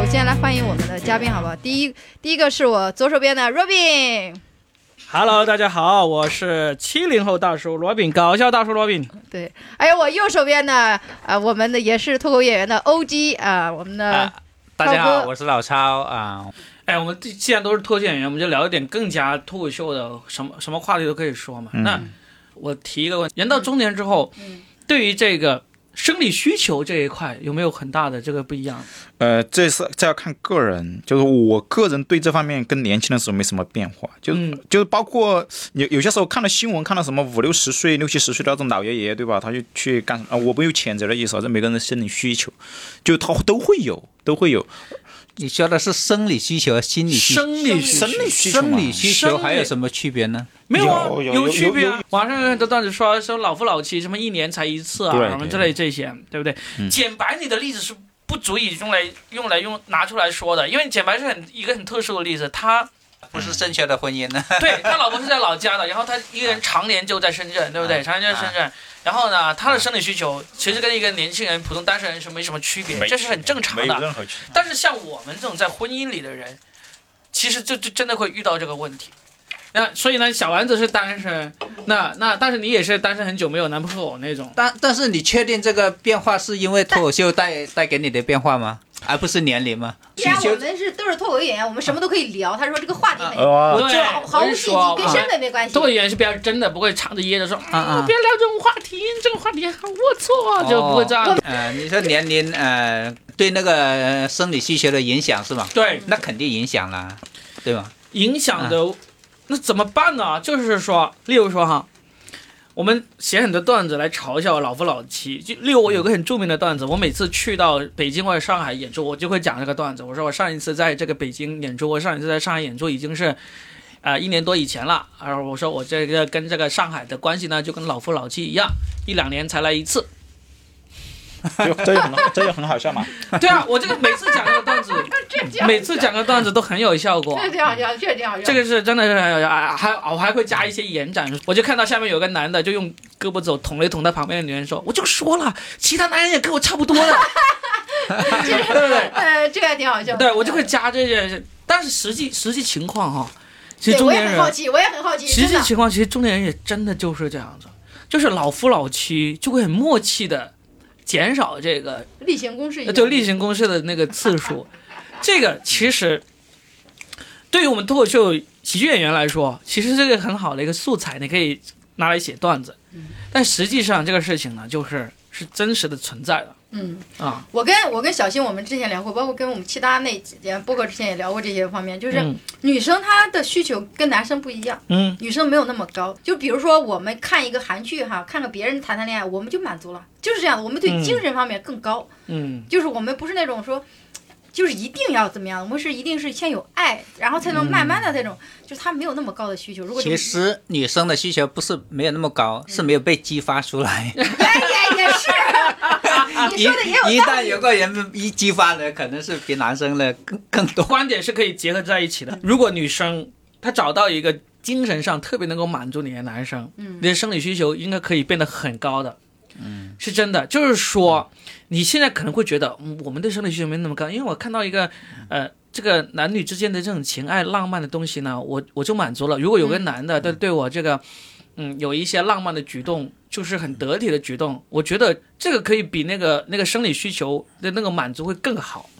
我们的嘉宾，好不好？第一，第一个是我左手边的 Robin， Hello，大家好，我是七零后大叔罗宾，搞笑大叔罗宾。对，还哎有我右手边的呃，我们的也是脱口演员的 OG 啊、我们的、呃啊大家超好，哥我是老超啊。哎，我们既既然都是脱口秀演员，我们就聊一点更加脱口秀的，什么什么话题都可以说嘛。嗯那我提一个问题：人到中年之后，对于这个生理需求这一块有没有很大的这个不一样？呃，这是这要看个人，就是我个人对这方面跟年轻的时候没什么变化，就是、嗯就是包括呃有有些时候看到新闻，看到什么五六十岁、六七十岁的那种老爷爷，对吧？他就去干什么？啊我没有谴责的意思啊，这每个人的生理需求，就他都会有，都会有你说的是生理需求、心理需求、生理需生理需求嘛生理需求生理还有什么区别呢？没有啊，有有有区别啊有。网上有很多段子说说老夫老妻什么一年才一次啊，对什么之类这些，对不嗯对？简白你的例子是不足以用来用来用拿出来说的，因为简白是很一个很特殊的例子，他。不是正确的婚姻呢？ 对他老婆是在老家的，然后他一个人常年就在深圳，对不对？啊常年就在深圳。然后呢，他的生理需求其实跟一个年轻人、普通单身人是没什么区别，没这是很正常没有的。任何区别。但是像我们这种在婚姻里的人，其实就就真的会遇到这个问题。那所以呢，小丸子是单身，那那但是你也是单身很久没有男朋友那种。但但是你确定这个变化是因为脱口秀带带给你的变化吗？而不是年龄吗？既然我们是都是脱口秀演员，我们什么都可以聊。他说这个话题很、哇、啊对，毫毫我无是禁说啊忌，跟身份没关系脱。口秀演员是比较真的，不会藏着掖着说，啊啊，啊别聊这种话题，这个话题很龌龊，啊就不会这样。呃，你说年龄呃对那个呃生理需求的影响是吧？对，那肯定影响啦，对吧？影响的，那怎么办呢？就是说，例如说哈，我们写很多段子来嘲笑老夫老妻。就例如我有个很著名的段子，我每次去到北京或者上海演出，我就会讲这个段子。我说我上一次在这个北京演出，我上一次在上海演出已经是。呃，一年多以前了，然后我说我这个跟这个上海的关系呢，就跟老夫老妻一样，一两年才来一次。就这也很这也很好笑嘛。对啊，我这个每次讲这个段子， 这就每次讲个段子都很有效果。 这挺好笑，这挺好笑。这个是真的是很有用啊！还我还会加一些延展，嗯我就看到下面有个男的就用胳膊肘捅了一捅他旁边的女人，说：“我就说了，其他男人也跟我差不 多的，对 不对呃，这个还挺好笑。？”对，我就会加这些，但是实际实际情况哈，其实对，中我也年很好人，奇，我也很好奇，实真际的。情况其实中年人也真的就是这样子，就是老夫老妻就会很默契的减少这个例行公事一样。就例行公事的那个次数，这个其实对于我们脱口秀喜剧演员来说，其实这个很好的一个素材，你可以拿来写段子。但实际上这个事情呢，就是是真实的存在的嗯，啊。我跟我跟小新我们之前聊过，包括跟我们其他那几节播客之前也聊过这些方面，就是嗯女生她的需求跟男生不一样。嗯，女生没有那么高。就比如说我们看一个韩剧哈，看个别人谈谈恋爱，我们就满足了，就是这样的。我们对嗯精神方面更高，嗯，就是我们不是那种说。就是一定要怎么样？我们是一定是先有爱，然后才能慢慢的那种，就是他没有那么高的需求。如果你嗯其实女生的需求不是没有那么高，是没有被激发出来。哎也也是，你 一说的也有道理。一旦有个人一激发的，可能是比男生的更更多。观点是可以结合在一起的。如果女生她找到一个精神上特别能够满足你的男生，嗯你的生理需求应该可以变得很高的。嗯，是真的，就是说，你现在可能会觉得，嗯，我们对生理需求没那么高，因为我看到一个，呃，这个男女之间的这种情爱、浪漫的东西呢，我我就满足了。如果有个男的对对我这个，嗯，有一些浪漫的举动，就是很得体的举动，我觉得这个可以比那个那个生理需求的那个满足会更好。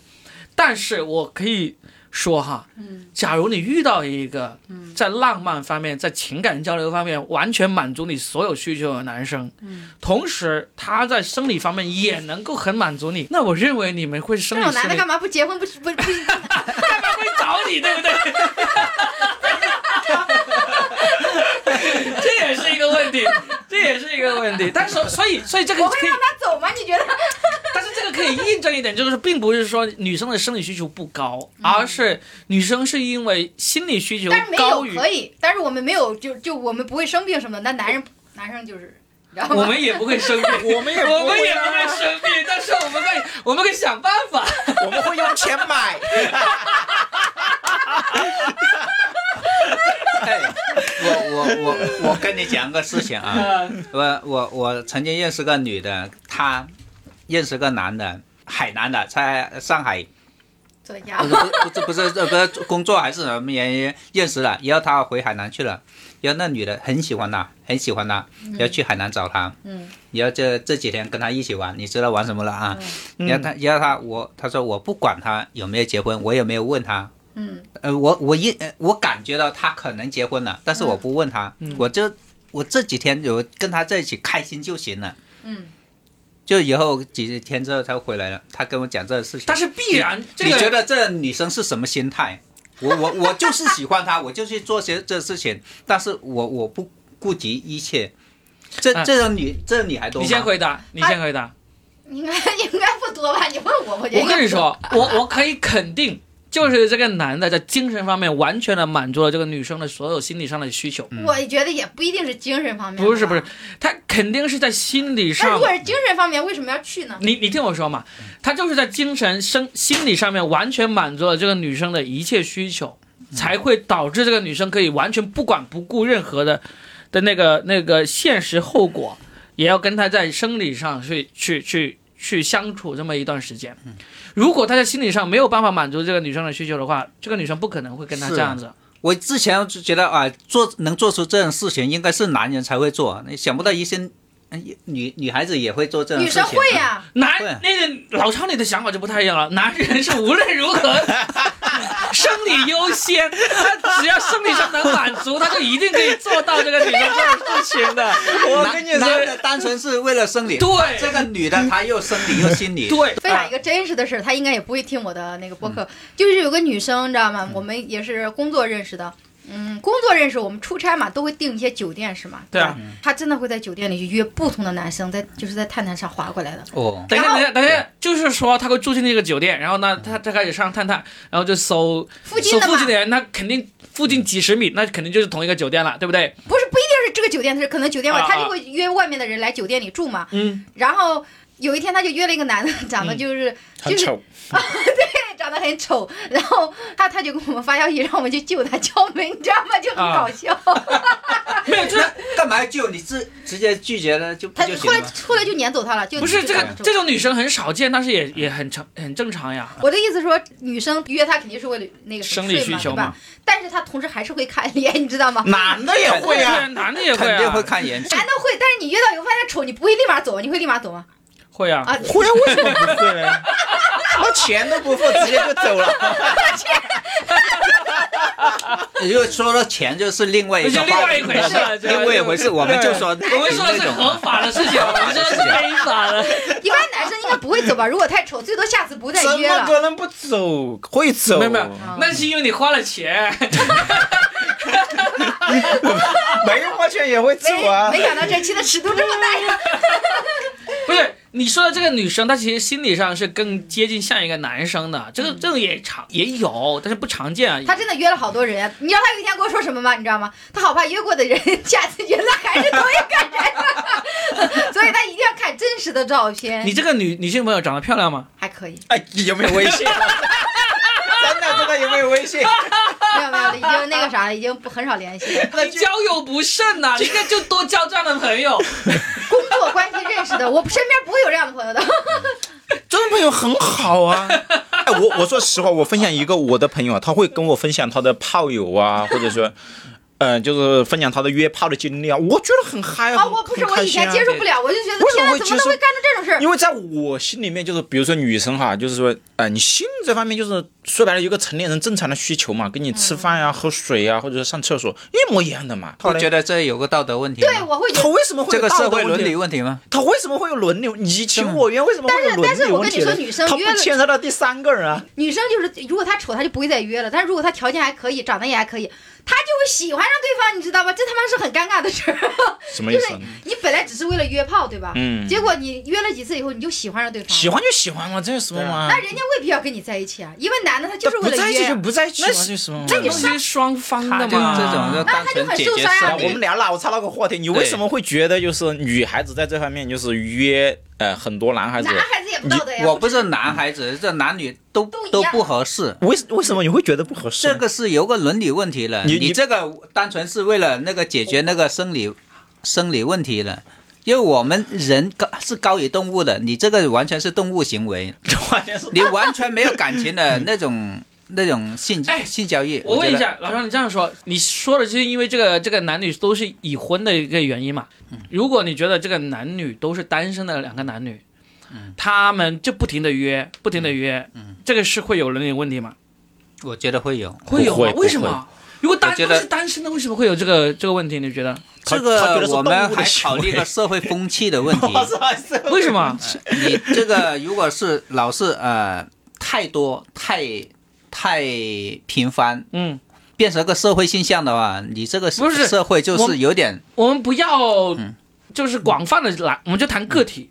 但是我可以说哈，嗯，假如你遇到一个在浪漫方面、在情感交流方面完全满足你所有需求的男生，嗯同时他在生理方面也能够很满足你，那我认为你们会生这理种男的失干灵嘛不结婚？不不不， 干嘛会找你，对 不对？这也是一个问题，这也是一个问题。但是，所以，所以这个我可会以让，他走吗？你觉得？但是这个可以印证一点，就是并不是说女生的生理需求不高，嗯而是女生是因为心理需求但是没有高于可以，但是我们没有，就就我们不会生病什么的。那男人男生就是，你知道我吗？们也不 会生病，我们也我们也不会生病，但是我们会我们会想办法。 我们会用钱买。 哎我我我我跟你讲个事情嗯啊，我我我曾经认识个女的，她认识个男的，海南的，在上海作家不。是不是不是不是不是工作还是什么原因认识了，以后他回海南去了，然后那女的很喜欢他，很喜欢他，要去海南找他，嗯，然后这这几天跟他一起玩，你知道玩什么了啊？嗯然后他然后他我他说我不管他有没有结婚，我也没有问他，嗯，呃我我一呃我感觉到他可能结婚了，但是我不问他，嗯我就我这几天有跟他在一起开心就行了，嗯，就以后几天之后他回来了，他跟我讲这个事情，但是必然这你觉个得这女生是什么心态？我我我就是喜欢她， 我就去做些这事情，但是我我不顾及一切。这啊这种女这种女孩多你先吗？回答，你先回答。应该应该不多吧？你问啊我，我觉得我跟你说，我我可以肯定，就是这个男的在精神方面完全的满足了这个女生的所有心理上的需求。应该，我觉得也不一定是精神方面。不是不是，，他肯定是在心理那如上嗯果。是精神方面，为什么要去呢？你你听我说嘛，他就是在精神生心理上面完全满足了这个女生的一切需求，才会导致这个女生可以完全不管不顾任何的的那个那个现实后果，也要跟他在生理上去去去去相处这么一段时间。如果他在心理上没有办法满足这个女生的需求的话，这个女生不可能会跟他是这样子。我之前就觉得啊，做能做出这种事情应该是男人才会做，你想不到一些嗯女女孩子也会做这种女事情。生会啊 呀、男对那个老超，你的想法就不太一样了。男人是无论如何 生理优先，他只要生理上能满足，他就一定可以做到这个女生做的事情的。我我跟你说，男的单纯是为了生理，对这个 女的她又生理又心理，对，啊分享一个真实的事儿，她应该也不会听我的那个播客。嗯就是有个女生，你知道吗？我们也是工作认识的。嗯，工作认识，我们出差嘛，都会订一些酒店是吗？对啊吧，她真的会在酒店里去约不同的男生，在就是在探探上划过来的。哦，等一下，然后等一下，等一下，就是说他会住进那个酒店，然后呢，他他开始上探探，然后就搜附近搜的附嘛，近的人，那肯定附近几十米，那肯定就是同一个酒店了，对不对？不是不一定是这个酒店，是可能酒店外，啊她就会约外面的人来酒店里住嘛。嗯，然后有一天，她就约了一个男的，长得就是、很就是丑，长得很丑，然后他他就给我们发消息，让我们去 救他敲门，你知道吗？就很啊搞笑。没有，就是干嘛要救？你直直接拒绝了就不他就行后了来吗？后来就撵走他了，就不是这个就这种女生很少见，但是也也很常很正常呀。我的意思说，女生约他肯定是为了那个生理睡需求对嘛嗯吧？但是他同时还是会看脸，你知道吗？男的也会对啊，男的也会肯定啊会，看颜值。男的会，但是你约到以后发现丑，你不会立马走，啊你会立马走吗？会啊。啊，会啊，为什么不会呢？我钱都不付，直接就走 了。如果说到钱，就是另外一个就话题，另外一回事了这个另外一回事。我们就说，我们说的那是种合法的事情，我们说的是非法的。一般男生应该不会走吧？如果太丑，最多下次不再怎约么了。哦可能不走？会走，没有没有， 那是因为你花了钱。没花钱也会走啊没。没想到这期的尺度这么大呀！不是你说的这个女生，她其实心理上是更接近像一个男生的，这个这种也常也有，但是不常见而啊已他。真的约了好多人，你知道他有一天跟我说什么吗？你知道吗？他好怕约过的人， 下次约他还是同一个人， 所以他一定要看真实的照片你。这个女女性朋友长得漂亮吗？还可以，哎，有没有微信？真的，真的有没有微信？没有没有，已经那个啥了，已经不很少联系了。你交友不慎呐、你应该就多交这样的朋友。工作关系认识的，我身边不会有这样的朋友的。真的朋友很好啊。 哎，我我说实话，我分享一个我的朋友啊，他会跟我分享他的炮友 啊，或者说，呃，就是分享他的约炮的经历啊，我觉得很嗨啊，啊，很我不是很我开以心啊前接受不了，我就觉得为什天么呐，会怎么接能受会干出这种事儿？因为在我心里面，就是比如说女生哈，就是说，呃，你性这方面就是说白了，一个成年人正常的需求嘛，跟你吃嗯饭呀、喝水呀，或者是上厕所一模一样的嘛。后我来觉得这有个道德问题吗。对，我会觉他得。为什么会这有个道社德会问伦题理问题吗？他为什么会有伦理？你情我愿，为什么会有但是但伦是理我跟问你题呢？说女生他约了不牵扯到第三个人啊。女生就是，如果她丑，她就不会再约了；但是如果她条件还可以，长得也还可以，她就会喜欢上对方，你知道吧？这他妈是很尴尬的事 儿。什么就是你本来只是为了约炮，对吧？嗯结果你约了几次以后，你就喜欢上对方了，喜欢就喜欢嘛，这有什么嘛？啊那人家未必要跟你在一起啊，因为男的他就是嗯不为了在一起约就啊。不在一起嘛，那这有什么嘛？这东西是双方的就嘛，嗯这种就单纯那他解决就很受伤啊呀生对我理们。聊老差那个话题，你为什么会觉得就是女孩子在这方面就是约呃很多男孩子男？孩子也不道德呀，我不是男孩子，这男女都都一样都不合适。为为什么你会觉得不合适这呢？个是有个伦理问题了，你你你这个单纯是为了那个解决那个生理生理问题了。因为我们人高是高于动物的，你这个完全是动物行 为，完全是你完全没有感情的那种那种性哎性交易。我问一觉得，下，老张，你这样说，你说的是因为这个这个男女都是已婚的一个原因嘛？嗯如果你觉得这个男女都是单身的两个男女，嗯他们就不停的约，不停的约，这个是会有伦理问题吗？我觉得会有会有不吗会？不为什么？如果单我觉都得是单身的，为什么会有这个这个问题？你觉得他这他觉得个，是我动们物的还行考虑为个社会风气的 问题。 为什 么？你这个如果是老是呃太多太太频繁，嗯，变成个社会现象的话，你这个不是社会就我是有点我们不要就是广泛的来，我们就谈个体。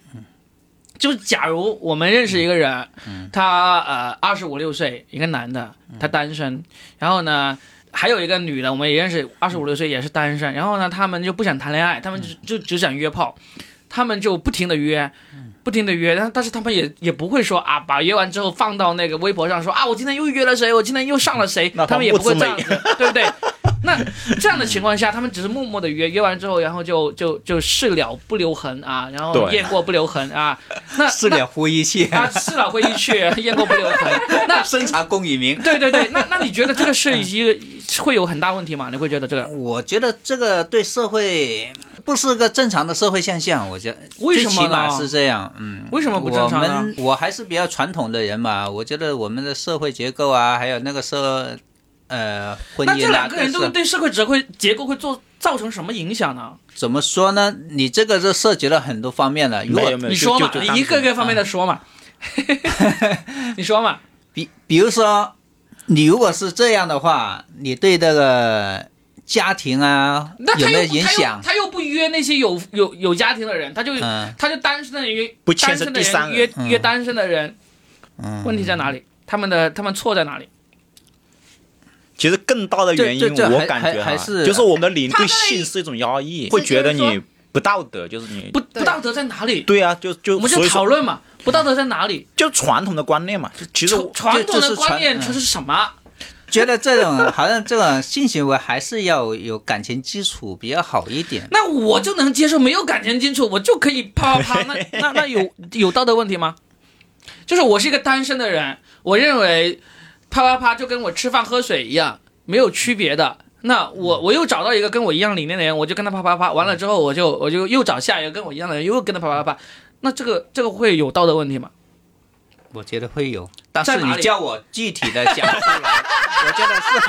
就假如我们认识一个人，他呃二十五六岁，一个男的，他单身，然后呢。还有一个女的，我们也认识，二十五六岁也是单身。然后呢，他们就不想谈恋爱，他们就就只想约炮，他们就不停的约，不停的约。但但是他们也也不会说啊，把约完之后放到那个微博上说啊，我今天又约了谁，我今天又上了谁那，他们也不会黄这不样知子，对不对？ 那这样的情况下，他们只是默默的约，约完之后，然后就就就事了不留痕啊，然后对雁过不留痕啊，那事了拂衣去，那啊，事了会一去，雁过不留痕。那深藏功与名。对对对，那那你觉得这个是一个会有很大问题吗？你会觉得这个我觉得这个对社会不是个正常的社会现象，我觉得为什么呢最起码是这样，嗯，为什么不正常呢我们我还是比较传统的人嘛，我觉得我们的社会结构啊，还有那个社呃婚姻那啊，这两个人都都是对社会结构结构会做造成什么影响呢？怎么说呢？你这个就涉及了很多方面了。如没果有没有，你就说嘛就，就你一个个方面的说嘛，你说嘛，比比如说，你如果是这样的话，你对这个家庭啊那他有没又有不影响？他又他又不约那些有有有家庭的人，他就嗯他就单身的人约不单牵扯身的第三人人约嗯约单身的人，嗯问题在哪里？他们的他们错在哪里？其实更大的原因这，这这我还感还觉还哈是就是我们的邻他对们性是一种压抑，会觉得你不道德，就是你不对不道德在哪里？对啊，就就我们所就以说讨论嘛，不道德在哪里？就传统的观念嘛。就其实传我传统这的是观传念嗯它是什么？觉得这种好像这种性行为还是要有感情基础比较好一点。那我就能接受，没有感情基础，我就可以啪啪啪。 那那那有有道德问题吗？就是我是一个单身的人，我认为啪啪啪就跟我吃饭喝水一样，没有区别的。那我我又找到一个跟我一样理念的人，我就跟他啪啪啪，完了之后我就我就又找下一个跟我一样的人，又跟他啪啪啪。那这个这个会有道德问题吗？我觉得会有，但在是哪里你叫我具体的讲出来，我觉得是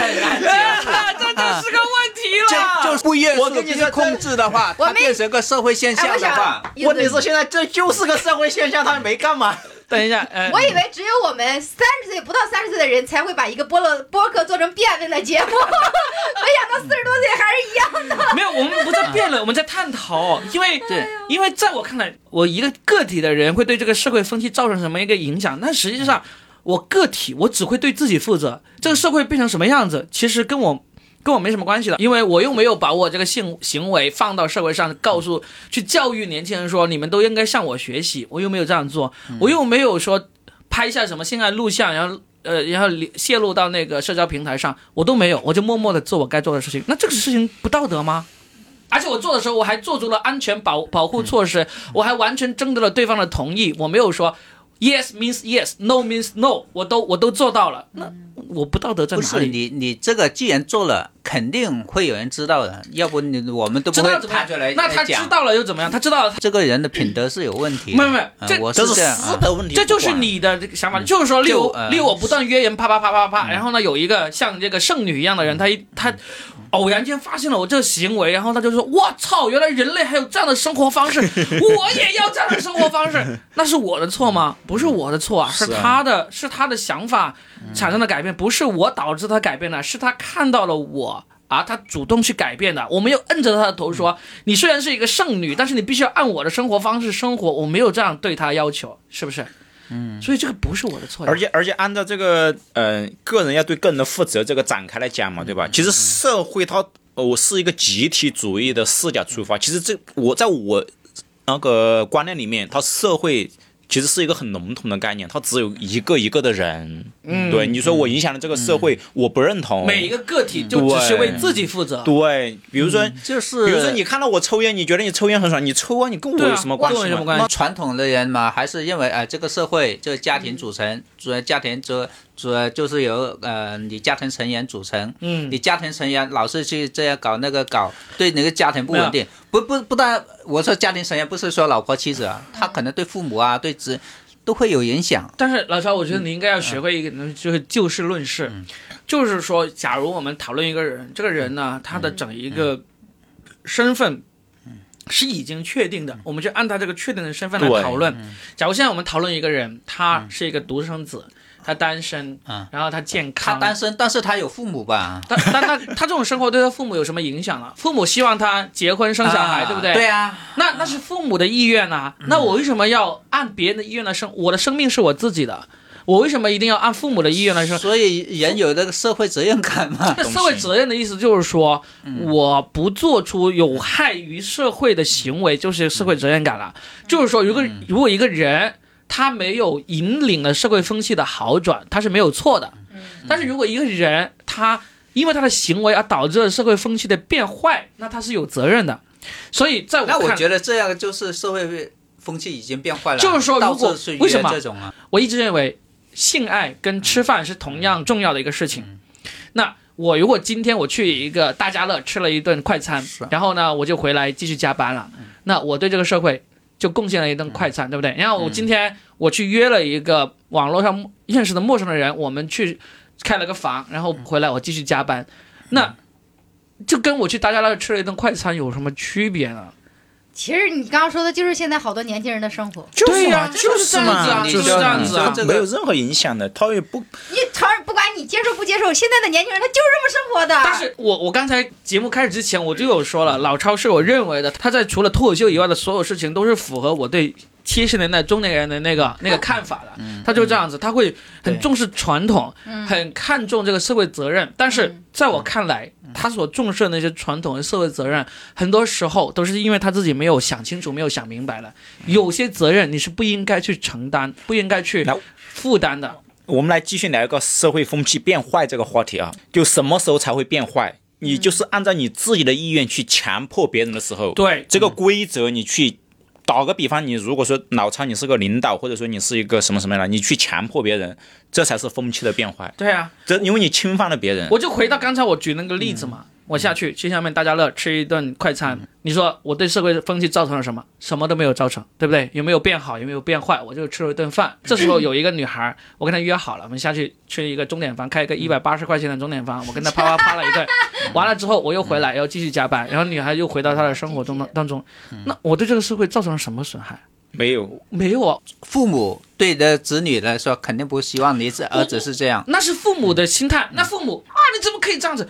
很 难解释。啊，这就是个问题了。就就是不约我束跟你必说须控制的话，我它没变成个社会现哎，我象的想话，，柚子现在这就是个社会现象，他没干嘛。等一下，哎呃，我以为只有我们三十岁不到三十岁的人才会把一个播了播客做成辩论的节目，没 想到四十多岁还是一样的。没有，我们不在辩论，我们在探讨，因为对，因为在我看来，我一个个体的人会对这个社会风气造成什么一个影响？但实际上，我个体我只会对自己负责，这个社会变成什么样子，其实跟我。跟我没什么关系的，因为我又没有把我这个性行为放到社会上，告诉去教育年轻人说你们都应该向我学习，我又没有这样做，嗯我又没有说拍下什么性爱录像，然后呃，然后里泄露到那个社交平台上，我都没有，我就默默的做我该做的事情。那这个事情不道德吗？而且我做的时候，我还做足了安全保保护措嗯施，我还完全征得了对方的同意，我没有说 yes means yes，no means no，我都我都做到了。那我不道德在嗯不哪是里？你你这个既然做了，肯定会有人知道的，要不你我们都知不道会怎么摊出来样？那他来知讲。道了又怎么样？他知道了，这个人的品德是有问题的，没有没有嗯这我这是是这样私啊。的问题，这就是不管。你的这个想法，就是说，例如就嗯呃例如我不断约人啪啪啪啪啪，然后呢，有一个像这个剩女一样的人，他一嗯他偶然间发现了我这个行为，然后他就说：“我操，原来人类还有这样的生活方 式，我也要这样的生活方式。”那是我的错吗？不是我的错啊，是是啊他的，是他的想法产生的改变，不是我导致他改变的，是他看到了我。啊，他主动去改变的，我没有摁着他的头嗯说，你虽然是一个剩女，但是你必须要按我的生活方式生活，我没有这样对他要求，是不是？所以这个不是我的错呀。嗯而且而且，按照这个嗯、呃个人要对个人的负责这个展开来讲嗯嘛，对吧？其实社会它我、呃、是一个集体主义的视角出发，其实这我在我那个观念里面，它社会其实是一个很笼统的概念，它只有一个一个的人，嗯，对，你说我影响了这个社会，我不认同。每一个嗯个体就只是为自己负责。嗯对，比如说，就是比如说你看到我抽烟，你觉得你抽烟很爽，你抽啊，你跟我对啊有什么关跟我系有什嘛么？关系？传统的人嘛，还是认为哎、这个社会这个家庭组成，主要家庭主主要就是由呃你家庭成员组成。嗯你家庭成员老是去这样搞那个搞，对你的家庭不稳定。不不不但我说家庭成员不是说老婆妻子啊，他可能对父母啊对子都会有影响。但是老赵，我觉得你应该要学会一个，就是就事论事，嗯就是说，假如我们讨论一个人，这个人嗯呢，他的整一个身份。是已经确定嗯的，我们就按他这个确定的身份来对讨论。假如现在我们讨论一个人，他是一个独生子，他单身，嗯然后他健他康，单身，但是他有父母吧？但但 他他这种生活对他父母有什么影响了？父母希望他结婚生小孩，啊对不对？对啊，那那是父母的意愿呐、那我为什么要按别人的意愿来生？我的生命是我自己的，我为什么一定要按父母的意愿来生？所以人有那个社会责任感嘛 那。社会责任的意思就是说，我不做出有害于社会的行为，就是社会责任感了。就是说，如果如果一个人他没有引领了社会风气的好转，他是没有错的。但是如果一个人他因为他的行为而导致了社会风气的变坏，那他是有责任的。所以在我那我看，觉得这样就是社会风气已经变坏了，就是说到如果处去为什么约这种啊？我一直认为性爱跟吃饭是同样重要的一个事情。那我如果今天我去一个大家乐吃了一顿快餐是，然后呢我就回来继续加班了，那我对这个社会就贡献了一顿快餐，对不对？然后我今天我去约了一个网络上认识的陌生的人，我们去开了个房，然后回来我继续加班，那就跟我去大家乐吃了一顿快餐有什么区别呢？其实你刚刚说的就是现在好多年轻人的生活，就是对嘛呀就就是这是样子啊嘛，就是是这样子啊这没有任何影响的，他也不你当然不管你接受不接受，现在的年轻人他就是这么生活的。但是我我刚才节目开始之前我就有说了，老超是我认为的，他在除了脱口秀以外的所有事情都是符合我对七十年代中年人的那个那个看法的。他就这样子，他会很对重视传统，很看重这个社会责任。但是在我看来，他所重视的那些传统的社会责任，很多时候都是因为他自己没有想清楚，没有想明白了。有些责任你是不应该去承担，不应该去来负担的。我们来继续聊一个社会风气变坏这个话题啊，就什么时候才会变坏？你就是按照你自己的意愿去强迫别人的时候，对，这个规则你去打个比方，你如果说老超你是个领导，或者说你是一个什么什么样的，你去强迫别人，这才是风气的变坏。对啊。这因为你侵犯了别 人，我就回到刚才我举那个例子嘛，我下去去下面大家乐吃一顿快餐，你说我对社会风气造成了什么？什么都没有造成，对不对？有没有变好？有没有变坏？我就吃了一顿 饭。这时候有一个女孩，我跟她约好了，我们下去吃一个钟点房，开一个一百八十块钱的钟点房，我跟她啪啪啪了一 顿，完了之后我又回来，要继续加班，然后女孩又回到她的生活中当中。那我对这个社会造成了什么损害？没有嗯没有啊，父母对你的子女来说，肯定不希望你这儿子是这样。那是父母的心态。那父母啊，你怎么可以这样子？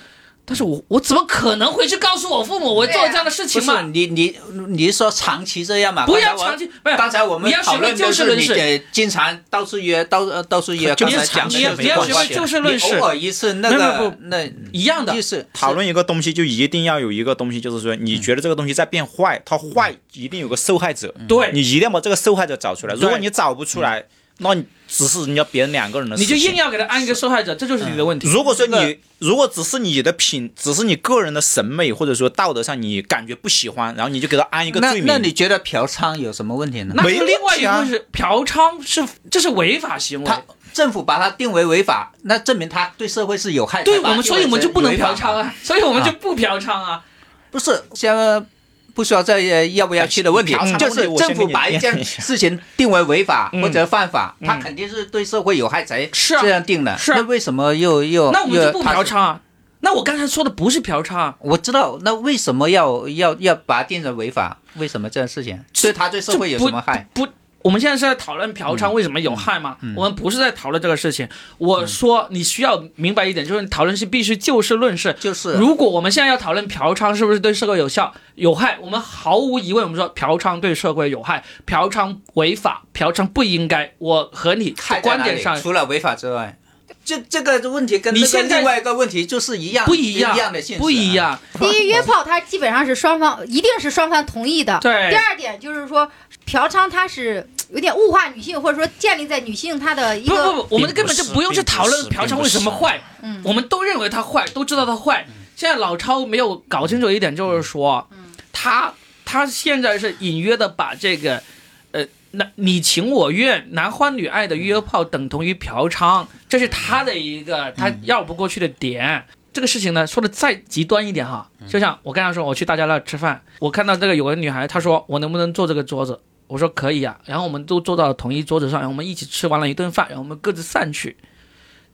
但是我我怎么可能回去告诉我父母我做了这样的事不情嘛是？你你你是说长期这样嘛？不要刚才我长期不是刚才我们你要学讨会论就的事是论你事。得经常到处约，到呃到处约。就刚是才讲的你要是你要没学关会系就事你论事偶，尔一次那没有个没那一样的意。识讨论一个东西，就一定要有一个东西，就是说你觉得这个东西在变坏，它坏一定有个受害者，对你一定要把这个受害者找出来。如果对你找不出来，那你只是人家别人两个人的事你情，就硬要给他安一个受害者，这就是你的问题。嗯如果说这个你如果只是你的品，只是你个人的审美或者说道德上你感觉不喜欢，然后你就给他安一个那罪名，那你觉得嫖娼有什么问题呢？那没是另外问一题啊个是嫖娼是这是违法行为他，政府把它定为违法，那证明他对社会是有害。对才把我它们所以我们就定为不能违法嫖娼啊，所以我们就不嫖娼啊。不是，现在不说这呃要不要去的问题哎嫖娼，就问是题我政先给府你把一念件一下事情定为违法 嗯或者犯法，嗯他肯定是对社会有害才是啊这样定的。是啊那为什么又又那我们就不又他嫖娼啊。那我刚才说的不是嫖娼啊，我知道，那为什么要要要把它定为违法？为什么这件事情对他对社会有什么害？不，我们现在是在讨论嫖娼为什么有害吗？我们不是在讨论这个事情。我说你需要明白一点，就是你讨论是必须就事论事，就是如果我们现在要讨论嫖娼是不是对社会有效有害，我们毫无疑问，我们说嫖娼对社会有害，嫖娼违法，嫖娼不应该。我和你害在观哪里点上除了违法之外，这这个问题跟你那个现在另外一个问题就是一样不一样样，的性质啊不一。样。第一，约炮它啊基本上是双方一定是双方同意的。对第二点就是说，嫖娼它是有点物化女性，或者说建立在女性她的一不个不不，我们根本就并不是不用去讨并论不是嫖娼为什么坏，嗯我们都认为它坏，都知道它坏。现在老超没有搞清楚一点，就是说，他他现在是隐约的把这个，呃，男你情我愿、男欢女爱的约炮等同于嫖娼，这是他的一个他绕不过去的点。这个事情呢，说的再极端一点哈，就像我刚才说，我去大家乐吃饭，我看到这个有个女孩，她说我能不能坐这个桌子？我说可以啊，然后我们都坐到同一桌子上，然后我们一起吃完了一顿饭，然后我们各自散去。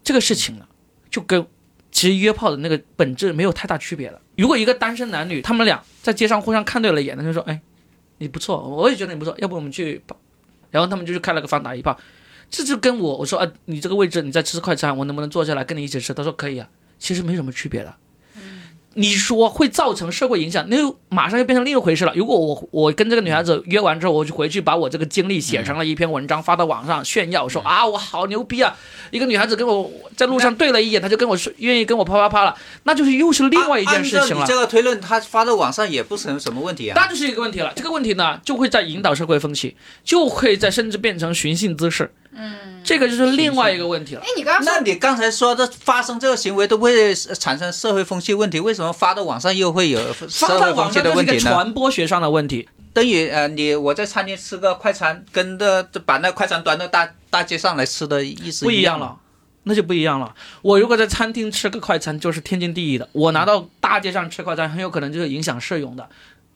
这个事情呢，就跟其实约炮的那个本质没有太大区别了。如果一个单身男女，他们俩在街上互相看对了眼，他就说：“哎，你不错，我也觉得你不错，要不我们去吧。”然后他们就去开了个房打一炮。这就跟我我说啊，你这个位置你在吃快餐，我能不能坐下来跟你一起吃？他说可以啊，其实没什么区别的。嗯你说会造成社会影响，那又马上又变成另一回事了。如果我我跟这个女孩嗯子约完之后，我就回去把我这个经历写成了一篇文章发到网上炫耀，嗯说啊我好牛逼啊！一个女孩子跟我在路上对了一眼，她就跟我说愿意跟我啪啪啪了，那就是又是另外一件事按情照你了。这个推论，他发到网上也不成什么问题啊。那就是一个问题了。这个问题呢，就会在引导社会风气，就会在甚至变成寻衅滋事。嗯，这个就是另外一个问题了哎。，你刚刚那说你刚才说的发生这个行为都不会产生社会风气问题，为什么发到网上又会有社发到会风网气上就的是问一个题呢？传播学上的问题。等于呃，你我在餐厅吃个快餐，跟的把那快餐端到大大街上来吃的意思不一样样。了，那就不一样了。我如果在餐厅吃个快餐，就是天经地义的。我拿到大街上吃快餐，很有可能就是影响市容的，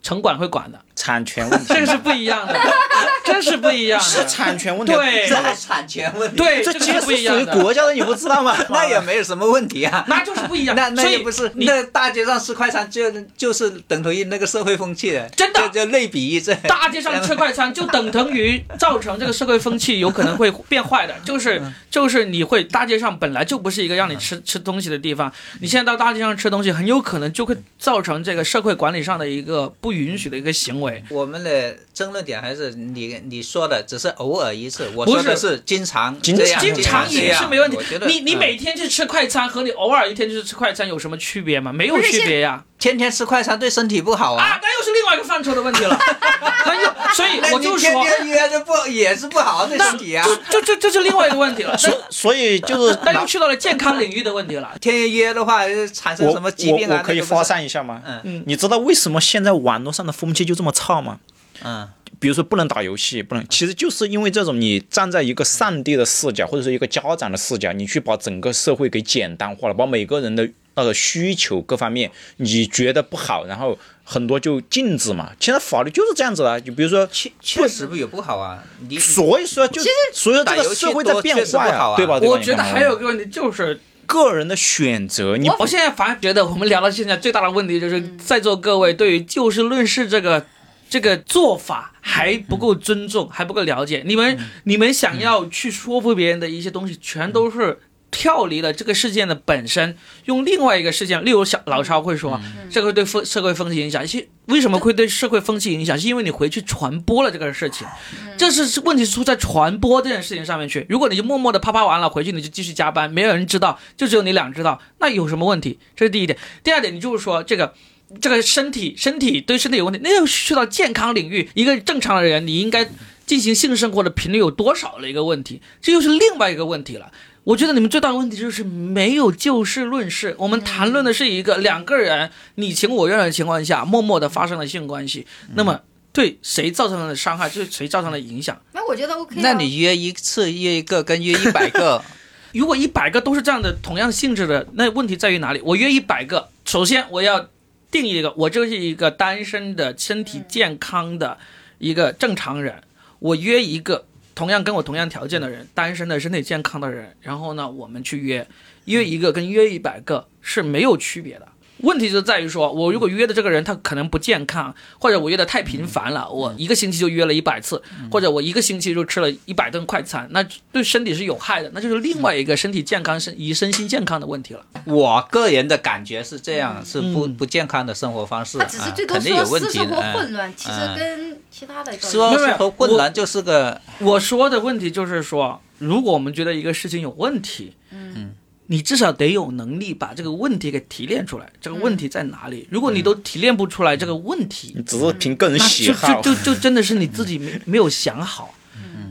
城管会管的，产权问题，这个 是不一 样的，真是不一样是的。产权问题。对这还产权问题？对，这个其是实不是一属于样的，国家的，你不知道吗？那也没有什么问题啊。那就是不一样。那那所以也不是，你那大街上吃快餐就就是等同于那个社会风气的，真的这这类比这 大街上吃快餐，就等同于造成这个社会风气有可能会变坏 的，就是嗯就是你会大街上本来就不是一个让你吃吃东西的地方，你现在到大街上吃东西，很有可能就会造成这个社会管理上的一个不允许的一个行为。我们的争论点还是你你说的只是偶尔一次，我不是说的是经常经这样，经常这也样是没问题我觉。得你你嗯每天去吃快餐和你偶尔一天去吃快餐有什么区别吗？没有不是区现别呀。天天吃快餐对身体不好啊。啊，那又是另外一个范畴的问题 了。那又所以那我你就天说，天约着不也是不好对身体啊？就就这是另外一个问题了。 所所以就是那又去到了健康领域的问题了。天天约的话呃产生我什么疾病我啊？我可以那个不发是，散一下吗？嗯你知道为什么现在网络上的风气就这么差吗？嗯，比如说不能打游戏，不能，其实就是因为这种你站在一个上帝的视角，或者是一个家长的视角，你去把整个社会给简单化了，把每个人的那个需求各方面你觉得不好，然后很多就禁止嘛。现在法律就是这样子了，就比如说，确确实不也不好啊。你所以说就所以说这打游戏个社会在多变确实不化呀、好啊对吧？对吧我觉得你看还有一个问题就是，个人的选择，你嗯我现在反而觉得我们聊到现在最大的问题就是，在座各位对于就事论事这个这个做法嗯还不够尊重，还不够了解。你们你们想要去说服别人的一些东西，全都是。跳离了这个事件的本身，用另外一个事件，例如小老超会说，嗯这个对风社会风气影响，其实为什么会对社会风气影响？是因为你回去传播了这个事情，这是是问题是出在传播这件事情上面去。如果你就默默的啪啪完了，回去你就继续加班，没有人知道，就只有你俩知道，那有什么问题？这是第一点。第二点，你就是说这个。这个身体，身体对身体有问题，那又去到健康领域。一个正常的人，你应该进行性生活的频率有多少的一个问题，这又是另外一个问题了。我觉得你们最大的问题就是没有就事论事，我们谈论的是一个两个人你情我愿的情况下，默默的发生了性关系，那么对谁造成了伤害，对谁造成了影响。没有，我觉得 OK 啊。那你约一次约一个跟约一百个，如果一百个都是这样的同样性质的，那问题在于哪里？我约一百个，首先我要定义一个，我就是一个单身的、身体健康的一个正常人。我约一个同样跟我同样条件的人，单身的、身体健康的人，然后呢，我们去约，约一个跟约一百个是没有区别的。问题就在于说，我如果约的这个人他可能不健康，或者我约的太频繁了，我一个星期就约了一百次，或者我一个星期就吃了一百顿快餐，那对身体是有害的，那就是另外一个身体健康、身以身心健康的问题了。我个人的感觉是这样，是不嗯不健康的生活方式，他只是啊最多肯定说有问私题生的。活嗯混乱，其实跟其他的私生没有没有活混乱就是个我说的问题就是说，如果我们觉得一个事情有问题，嗯，你至少得有能力把这个问题给提炼出来，这个问题在哪里？如果你都提炼不出来这个问题，只是凭个人那喜好，嗯就就就就真的是你自己没没有想好。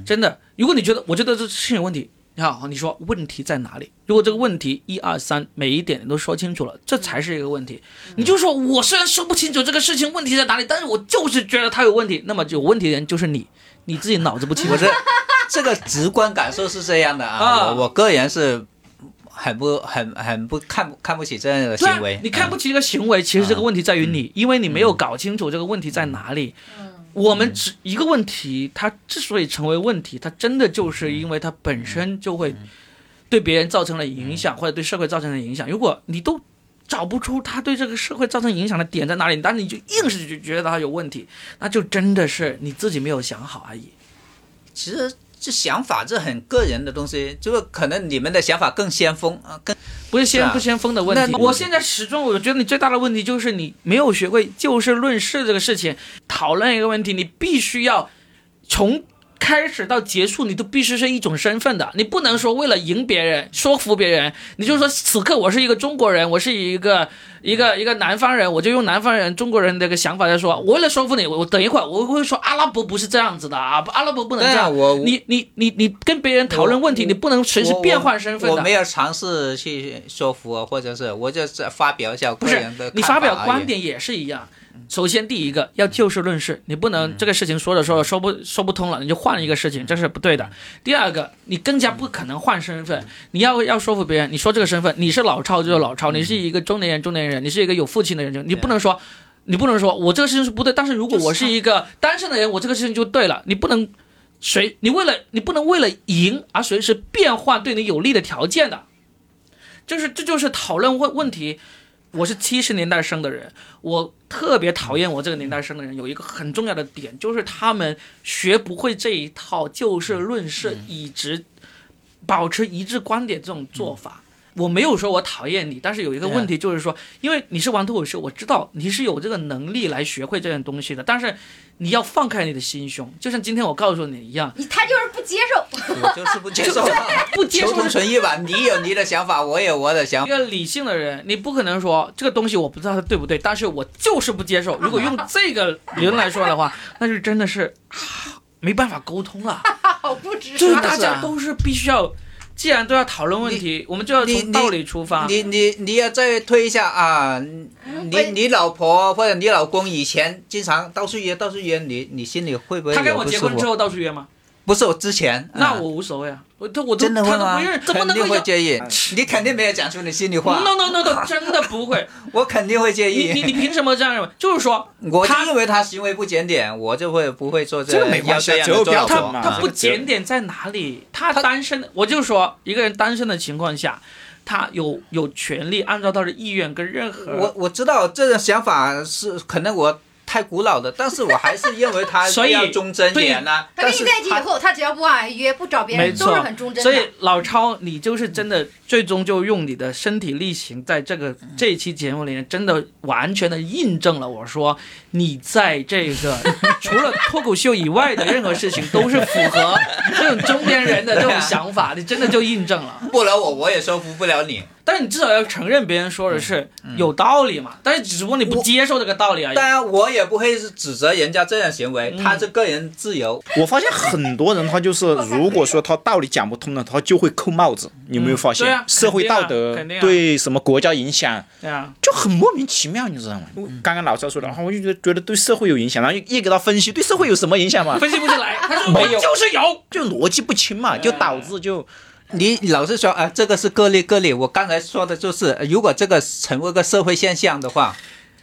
真的，如果你觉得我觉得这事情有问题，你好，你说问题在哪里？如果这个问题一二三每一点你都说清楚了，这才是一个问题。嗯你就说我虽然说不清楚这个事情问题在哪里，但是我就是觉得它有问题，那么有问题的人就是你，你自己脑子不 清我楚这。这个直观感受是这样的啊啊，我我个人是很不很很不看不看不起这样的对啊行为，，嗯你看不起这个行为，其实这个问题在于你，因为你没有搞清楚这个问题在哪里。嗯我们只一个问题，它之所以成为问题，它真的就是因为它本身就会嗯对别人造成了影响，或者对社会造成了影响。如果你都找不出它对这个社会造成影响的点在哪里，但是你就硬是就觉得它有问题，那就真的是你自己没有想好而已。其实这想法这很个人的东西，就是可能你们的想法更先锋啊，更不是先是啊不先锋的问题。那我现在始终，我觉得你最大的问题就是你没有学会就事论事这个事情。讨论一个问题，你必须要从开始到结束，你都必须是一种身份的。你不能说为了赢别人、说服别人，你就说此刻我是一个中国人，我是一个一个一个南方人，我就用南方人、中国人的一个想法来说。我为了说服你，我我等一会儿我会说阿拉伯不是这样子的啊，阿拉伯不能这对啊样。我你你你你跟别人讨论问题，我你不能随时我变换身份我的。没有尝试去说服，或者是我就是发表一下不个是人的你发看法表而已观。点也是一样。首先，第一个要就事论事，你不嗯能这个事情说着说着说不说不通了，你就换一个事情，这是不对的。第二个，你更加不可能换身份，你要要说服别人，你说这个身份你是老超就是老超，你是一个中年人中年人，你是一个有父亲的人，你不能说。你不能说我这个事情是不对，但是如果我是一个单身的人，我这个事情就对了。你不能随你为了你不能为了赢而随时变换对你有利的条件的，就是这就是讨论问问题。我是七十年代生的人，我特别讨厌我这个年代生的人。有一个很重要的点，就是他们学不会这一套就事论事，以直保持一致观点这种做嗯法。我没有说我讨厌你，但是有一个问题就是说，因为你是玩脱口秀，我知道你是有这个能力来学会这样东西的，但是你要放开你的心胸，就像今天我告诉你一样，你他就是不接受，我就是不接受，啊 不接求受同是存异 吧。你有你的想法，我有我的想一法。个理性的人，你不可能说这个东西我不知道它对不对，但是我就是不接受。如果用这个理论来说的话，那就真的是、啊没办法沟通 了。好不值就是啊大是啊家都是必须要，既然都要讨论问题，我们就要你从道理出发。你你你也再推一下啊！你喂你老婆或者你老公以前经常到处约到处约你，你心里会不会他跟有我不结舒婚之服？后到处约吗？不是我之前，那啊我无所谓啊，我都我都真的会他都吗不认？，怎么肯能定够会有介意， 你肯定没有讲出你心里话， ？No No No No，真的不 会。我肯定会介你你意。你凭什么这样认为？就是说，我就他因为他行为不检点，我就会不会做这个个没关系啊要这样的只有做不要法做他嘛他不这个只有检点在哪里？他单身的，我就说一个人单身的情况下，他有有权利按照他的意愿跟任何呃我我知道这个想法是可能我太古老了，但是我还是认为 他所以要忠贞对点呐。他跟但你是在一起以他后，他只要不往外约，不找别没人，都是错很忠，贞的。所以老超，你就是真的最终就用你的身体力行，在这个这一期节目里面，真的完全的印证了我说你在这个 除了脱口秀以外的任何事情都是符合 这种中年人的这种想法，你真的就印证了。不了我，我也说服不了你。哎但是你至少要承认别人说的是有道理嘛，但是只不过你不我接受这个道理而已。当然，我也不会是指责人家这样行嗯为，他是个人自由。我发现很多人他就是，如果说他道理讲不通了，他就会扣帽子。你有没有发现？对啊社会道德肯定啊肯定啊对什么国家影响对啊，就很莫名其妙，你知道吗？嗯刚刚老赵说的，然后我就觉得觉得对社会有影响，然后一给他分析对社会有什么 影响嘛，分析不出来，他说没我有就是有。就逻辑不清嘛，啊就导致就你老是说啊、这个是个例个例。我刚才说的就是，呃如果这个成为个社会现象的话，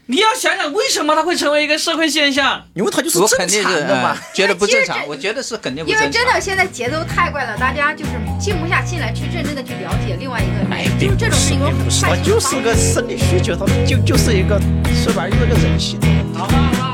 你要想想为什么它会成为一个社会现象？因为他就是我正肯定常是、的嘛呃。、觉得不正其实常。这我觉得是肯定不因正为常。真的现在节奏太快了，大家就是静不下心来去认真的去了解另外一个哎哎人，就是这种是一种很快他速的就是方式个生理需求，他就就是一个说白了就是个人性。好吧，好吧。